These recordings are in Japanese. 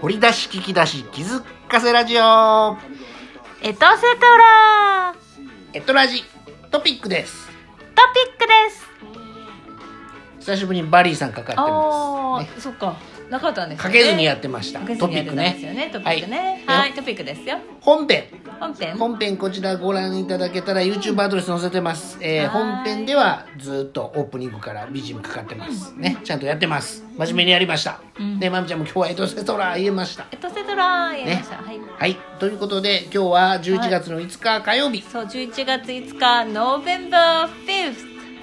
掘り出し聞き出し気づかせラジオエトセトラトエトラジトピックですピックです久しぶりにバリーさんかかってああ、ます、ね、そっかなかったんですかけずにやっってましたかけずトにピやッってクたんですよねねトピックねはいはいトピックですよ本編本編本編こちらご覧いただけたら YouTube アドレス載せてます、えーは本ーい編ではずっとオープニングからビジムかかってますねちゃんとやってます真面目にやりました、んねまみちゃんも今日はエトセトラ言えましたエトセトラやりました、はいはいということで今日は11月の5日火曜日そう11月5日 November 5th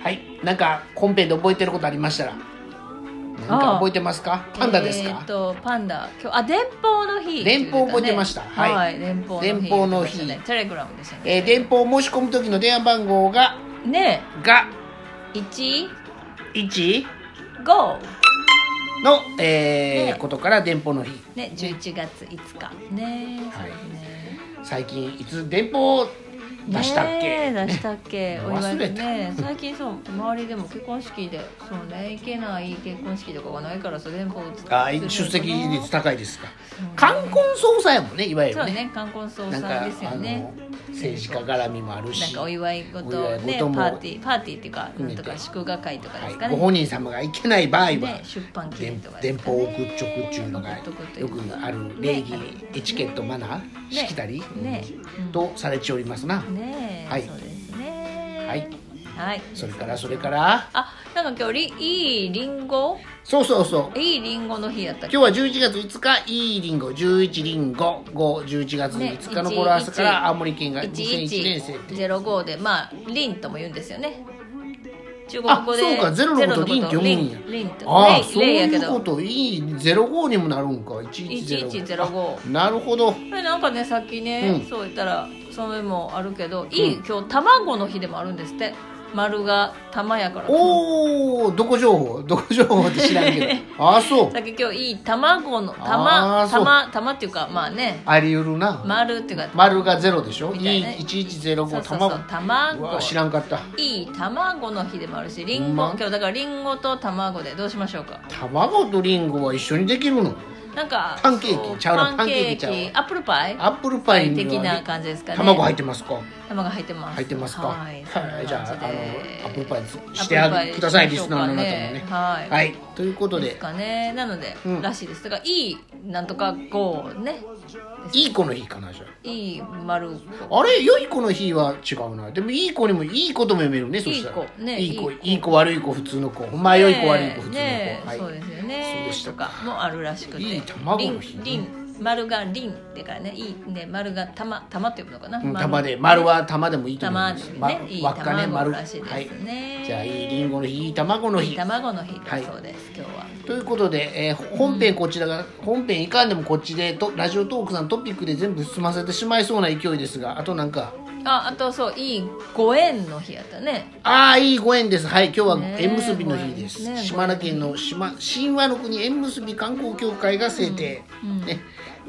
はい、なんか本編で覚えてることありましたらなんか覚えてますかパンダですえかー、、とパンダ今日あ連邦の日連邦覚えてましたははいい、連邦の日連邦の日ねテレグラムでしたえねー電報を申し込む時の電話番号がねが一1五の、えーねことから電報の日ね11月5日ねはいそうですね最近いつ電報を出したっけ、ねえ出したっけ、ねお祝い忘れたね最近そう周りでも結婚式でそうね行けない結婚式とかがないからそう連邦あー出席率た高いですか冠婚葬祭もねいわゆそるうねね冠婚葬なん祭かですよあねの政治家絡みもあるしなんかお祝い事おを祝いね事もパーティーパーティーっていうか含なめんてとか祝賀会とかですはかい、ね、ご本人様が行けない場合は、ね出版記念とか電ですか報ねをグッチョクっていうのがよグッチョクというかくある礼儀、ねエチケットマナーしきたり、ねうんとされておりますな、ねえ、はいそうですねはいはいそれからそれからあなんか今日りいいりんごそうそうそういいりんごの日やったっけ今日は11月5日いいりんご11りんご511月5日の語呂合わせからね青森県が2001年制定1105でまあリンとも言うんですよね中あ国語でそうかゼロのことリンって読むリんンやリンとああレイそうレイやいけうこどといい05にもなるんか1105 1105あなるほどこれなんかねさっきね、うんそう言ったらその絵もあるけど、いい今日卵の日でもあるんですって丸が玉やからさおおどこ情報 どこ情報って知らんけ どああそうっき今日いい卵のあー玉そう玉玉っていうかまあねあり得るな、丸っていうか丸がゼロでしょみたいなね1105そうそう卵そううわ卵知らんかったいい卵の日でもあるしリンほんゴま今日だからリンゴと卵でどうしましょうか卵とリンゴは一緒にできるのなんかパンケーキそうちゃうなパンケパンケーキーちゃうキアップルパイアップルパイに的はな感じですかね卵入ってますか卵入ってます入ってますかはいそんな感じゃああのでアップルパイしてあげくださいリスナーのあなたもねはい、はいということですでかねなので、うんらしいですだからいいなんとか五ねいい子の日かなじゃいい丸ああれ良い子の日は違うなでもいい子にもいいことも読めるねそしたらいい子ねいい子いいいい子悪い子普通の子お前良い子悪い子普通の子ねえはいそうですよそうねでしたとかもあるらしくていい卵の日ねリンリン丸がリンってからねいいね丸が玉玉って呼ぶのかな、うん玉で丸は玉でもいいと思い玉まですね、まいい輪っかね卵丸はらしいでいすね、じゃあいいリンゴの日いい卵のい日い卵の日はだいそうです、今日はということで、えー本編こちらが、本編いかんでもこっちでとラジオトークさんトピックで全部済ませてしまいそうな勢いですがあとなんかああとそういいご縁の日やったねああいいご縁ですはい今日はねえ縁結びの日です、ご縁ね島根県の島神話の国縁結び観光協会が制定、ね、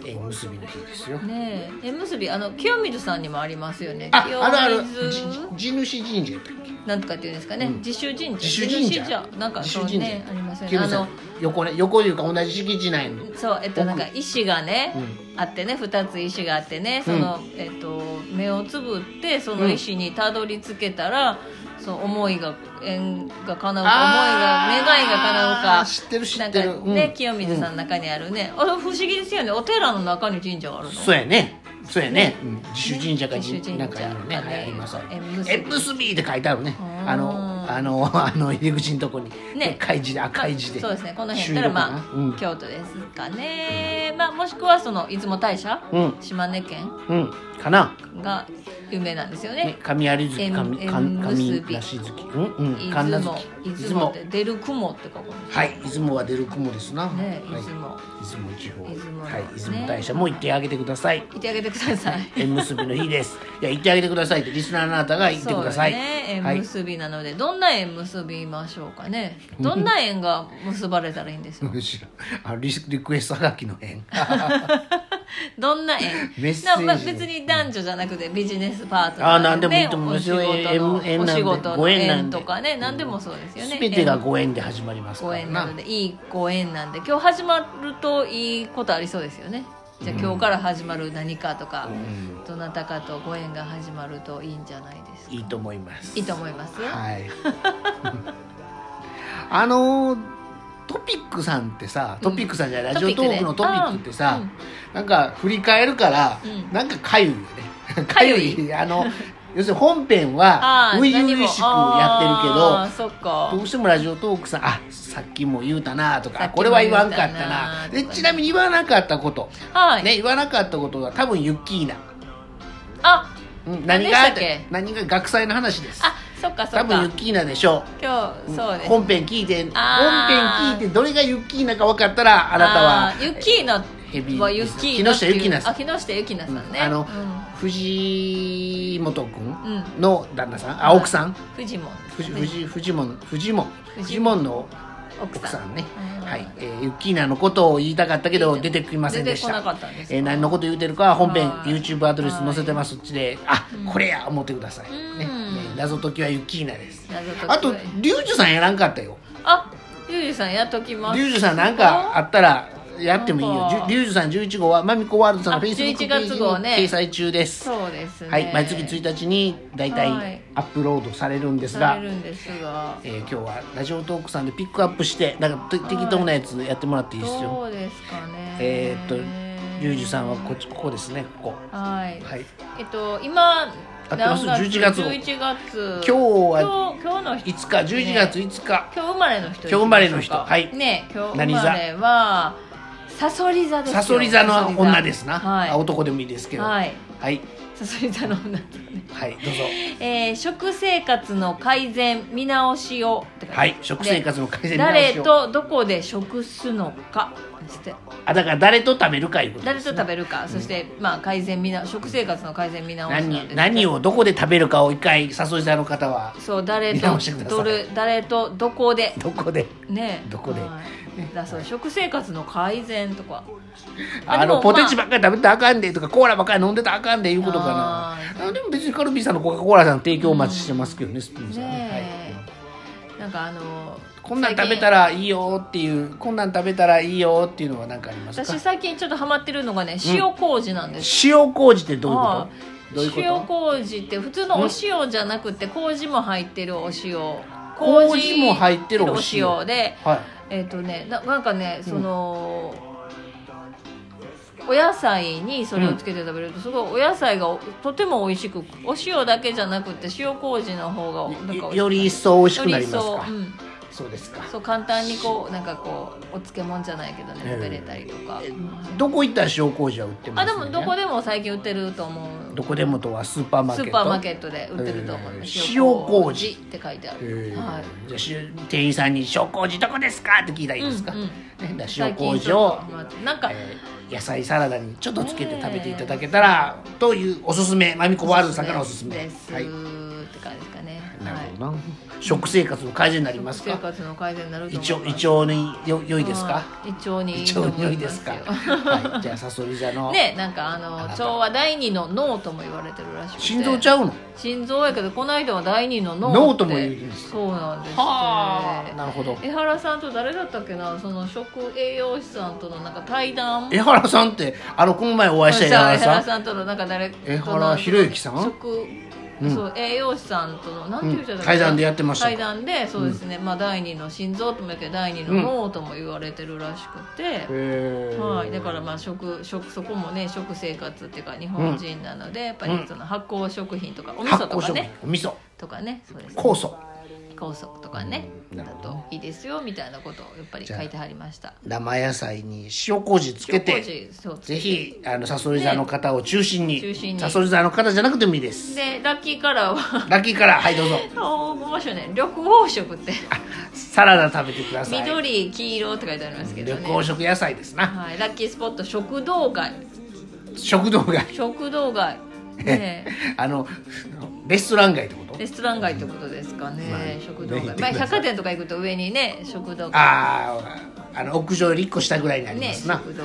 縁結びの日ですよ、ねえ縁結びあの清水さんにもありますよねああるある清水じ地主神社やったっけなんとかっていうんですかね、自主神社自主神社なんか自主そう神社ねありますよね清あ水さのん横ね横いうか同じ敷地内のそうえっとなんか石がね、うあってね2つ石があってねその、えっと目をつぶってその石にたどり着けたら、その思いが縁が叶うかあ思ーいが願いが叶うか知ってる知なっんてかるね、うん清水さんの中にあるね、あれ不思議ですよねお寺の中に神社があるのそうやね。そうやね。うん自主神社か自主じ神社なんかあるね。はい、あります。縁結び縁結びって書いてあるね。ーあのあの あの入り口のとこにね赤い字で赤い字で。そうですねこの辺やったらまあ、朱色かな京都ですかね、まあもしくはその出雲大社、うん島根県うんうんかな。が有名なんですよねね神有月縁神縁神結神び梨月うんうん神出雲奈月出雲って出る雲って書くんですはい出雲は出る雲ですな。ねはい出雲出雲地方出雲のはいね出雲大社も行ってあげてください。行ってあげてください縁結びの日です。いや行ってあげてくださいってリスナーのあなたが言ってください。そうねは縁い結びなので、どんな縁結びましょうかねどんな縁が結ばれたらいいんですよむしろあのリスリクエストはがきの辺どんな縁メッセージだからまあ別に男女じゃなくてビジネスパートあーナーなんでもいいと思うお仕事そのういう縁縁なんおで仕事ごの縁なん縁でとかね何でもそうですよね全てが縁ご縁で始まりますかごら縁なのなでいいご縁なんで今日始まるといいことありそうですよねじゃあ今日から始まる何かとか、んどなたかとご縁が始まるといいんじゃないですかいいと思いますいいと思いますはい あのートピックさんってさトピックさんじゃない、ラジオトークのトピックってさ、なんか振り返るから、うんなんかかゆいよねか ゆいあの要するに本編はあー初々しくやっあーてるそっけどどかうしてもラジオトークさんあさっきも言うたなとさかっきもこれは言わんかった言なうたなとでかねちなみに言わなかったこと、はい、ね、言わなかったことは多分ユッキーナ、あうん、何何でしたがっけ何が学祭の話ですあそっかそ多っ分ユかッキーナでしょう今日そうです本編聞いて本編あー聞いてどれがユッキーナか分かったらあなたはあーユッキーナヘビはーユリッスナーキーナってい木下ゆうきなさんあ木下ゆきなさんね、うんあのう藤本ん、う君ん、の旦那さんあ奥さんフジモン藤藤藤本藤本藤藤本の奥奥さんさんねうんはい、えーユッキーナのことを言いたかったけどいい出ねてきませんでした出てこなかったんですかえー何のこと言うてるかは本編はい YouTube アドレス載せてますそっちであこれや思ってくださいうんねね謎解きはユッキーナです謎解きはあとリュウジュさんやらんかったよあゆうじさんやっときますリュウジュさんなんかあったらやってもいいよなんかじゅリュウジュさん11号はマミコワールドさんのあフェイスブックページ11に月号ね掲載中ですそうですねはい、毎月1日に大は体いアップロードされるんですさが、れるんですがえー今日はラジオトークさんでピックアップしてなんかと適当なやつやってもらっていいですよ、どうですかねえーっとリュウジュさんはこっちここですねこはいこはいえっと今合ってます何 ?11 月号11月今日は今日今日の人5日11月5日、今日生まれの人今日生まれの人はいね今日生まれはさそり座ですさよそり座の女ですな、はいあ男でもいいですけどははいいはい、さそり座の女ですねどうぞえー食生活の改善見直しをって書いてあはるい食生活の改善で見直誰しをとどこで食すのかそしてあだから誰と食べるかいうことで誰すと食べるか、そしてまあ改善見な食生活の改善見直しなんです何けど何をどこで食べるかを一回誘い座の方はそう誰見と直してくださいどれ誰とどこでどこでねどこではいだそう食生活の改善とかああでのもまあポテチばっかり食べたらあかんでとかコーラばっかり飲んでたらあかんでいうことかなああでも別にカルビーさんのコカ・コーラさんの提供お待ちしてますけどね、スプーンさんねねはいえなんかあのこんなん食べたらいいよっていうこんなん食べたらいいよっていうのは何かあります最か近私最近ちょっとハマってるのがね塩麹なんです、塩麹ってどういうこあとどういうこ塩と麹って普通のお塩じゃなくて麹も入ってるお塩麹も入ってるお塩お塩ではいえっ、とねななんかねその、お野菜にそれをつけて食べるとすごいお野菜がおとても美味しくお塩だけじゃなくて塩麹の方がなんかよ美味しくより一層美味しよくなりり一層ますかうん、そうですかそう簡単にこうなんかこうお漬物じゃないけどねええ食べれたりとか、どこ行ったら塩麹は売ってますあでよねもどこでも最近売ってると思うどこでもとはスーパーマースケットーパーマーケットで売ってると思う、えまーす塩麹って書いてあえる、ーはいじゃあし店員さんに「塩麹どこですか?」って聞いたらいいですか、うんうんねだから最塩近麹ちょをっと、なんか、えー野菜サラダにちょっとつけて食べていただけたら、というおすすめまみこワールドさんからおすすめです、はい、って感じですかねなるほどな、食生活の改善になります生か活の改善になると胃思腸胃腸によ良いいですか、胃腸に胃いい腸と思に良いですか、いますよはい、じゃあさそり座の、 ねなんかあのあなた腸は第二の脳とも言われてるらしくて心臓ちゃうの心臓やけどこの間は第二の脳って脳とも言うんですそうなんですはあねなるほど江原さんと誰だったっけなその食栄養士さんとのなんか対談江原さんってあのこの前お会いした江原江さ原んさんとのなんか誰江原博之さん食うんそう栄養士さんとのなんていうじゃうん対談でやってました対談でそうですね、まあ第二の心臓とも言うけど第二の脳とも言われてるらしくて、へーはい、だからまあ食食そこもね食生活っていうか日本人なので、やっぱりその発酵食品とかお味発噌酵とか食品ねお味噌とかねそうですね酵素酵素とかねなだるほどといいですよみたいなことをやっぱり書いてはりました生野菜に塩麹つけて塩麹そうつけぜてひあのサソリ座の方を中心に,、中心にサソリ座の方じゃなくてもいいですでラッキーカラーはラッキーからはいどうぞそう面白いね緑黄色ってサラダ食べてください緑黄色って書いてありますけど緑ね黄色野菜ですなはい、ラッキースポット食堂街食堂街食堂街ね えあのレストラン街ってことレストラン街ってことですかね、まあ食堂ぜひ行っ街、てまあ、ください百貨店とか行くと上にね食堂街あああの屋上より1個下ぐらいにありまねすな、食堂街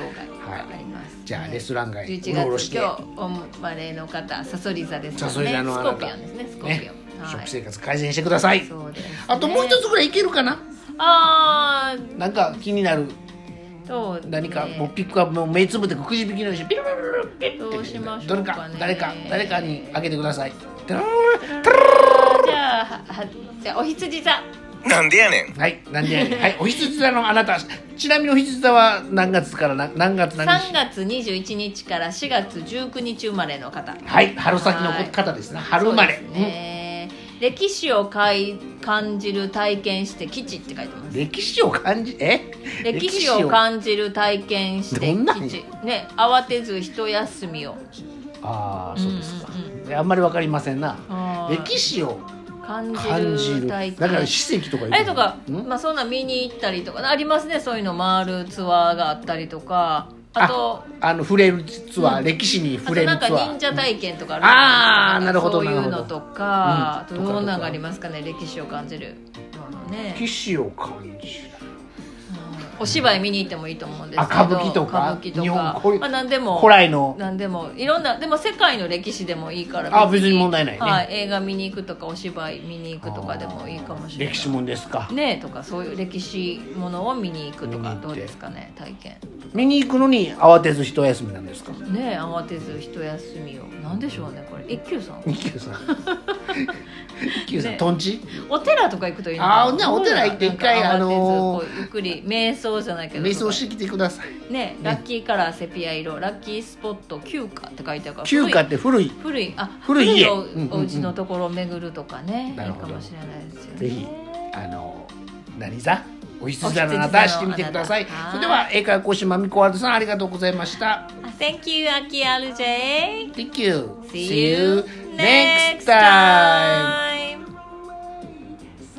があります、じゃあレストラン街11うろうろし月て今日お生まれの方サソリ座ですサよソリね座スのあなコーピオたンですねスコーピねオン、は食い生活改善してくださいそうです、ね、あともう一つぐらいいけるかなああなんか気になるそう、ね、何かもうピックアップもう目つぶってくじ引きのようにピルピルピルピルってどうしましょうかねどれか誰か誰かにあげてくださいてらーじゃあははじゃあお羊座なんでやねんはいなんでやねんはいお羊座のあなたちなみにお羊座は何月からな何月何3日月21日から4月19日生まれの方はい春先のはい方ですね春生まれ、そうですね歴史をかい感じる体験して基地って書いてまうんす歴史を感じえ歴史を感じる体験してどんなん基地ね慌てず一休みをああそうですか、うんあんまりわかりませんなはい歴史を感感じじるるだ体験から史跡とか言うあれとか、んまあ、そんなん見に行ったりとかありますねそういうの回るツアーがあったりとかあとあの触れるツアー、歴史にあ触とれるツなアんかー忍者体験とかあうんるじあゃーいですかなるほどそういうなるのほどとか、うんあとどんなとかとんかがありますかね歴史を感じるものね歴史を感じるお芝居見に行ってもいいと思うんですけどあ歌舞伎とか歌舞伎と日本か古いまあ、何でも古来の何でもいろんなでも世界の歴史でもいいからあ別に問題ないねはい、映画見に行くとかお芝居見に行くとかでもいいかもしれない歴史もんですかねえとかそういう歴史ものを見に行くと見に行かってどうですかね体験見に行くのに慌てず一休みなんですかねえ慌てず一休みをなんでしょうねこれ一休さん一休 さん一休さんねとんちお寺とか行くといいのかなあーねお寺行って一回なんかあのー慌てずこうゆっくり瞑想じゃないけど瞑想してきてくださいねえラッキーカラーセピア色ラッキースポット休暇って書いてあるから旧家って古い古いあ古古いい家おうんうんうんお家のところを巡るとかね、ないるいほどかもしれないですよねぜひあの何座お羊座のあなたお羊座のあなたしてみてくださいはいそれでは英会話講師まみこわるさんありがとうございましたあ Thank you アキアルジェ Thank you See you next time time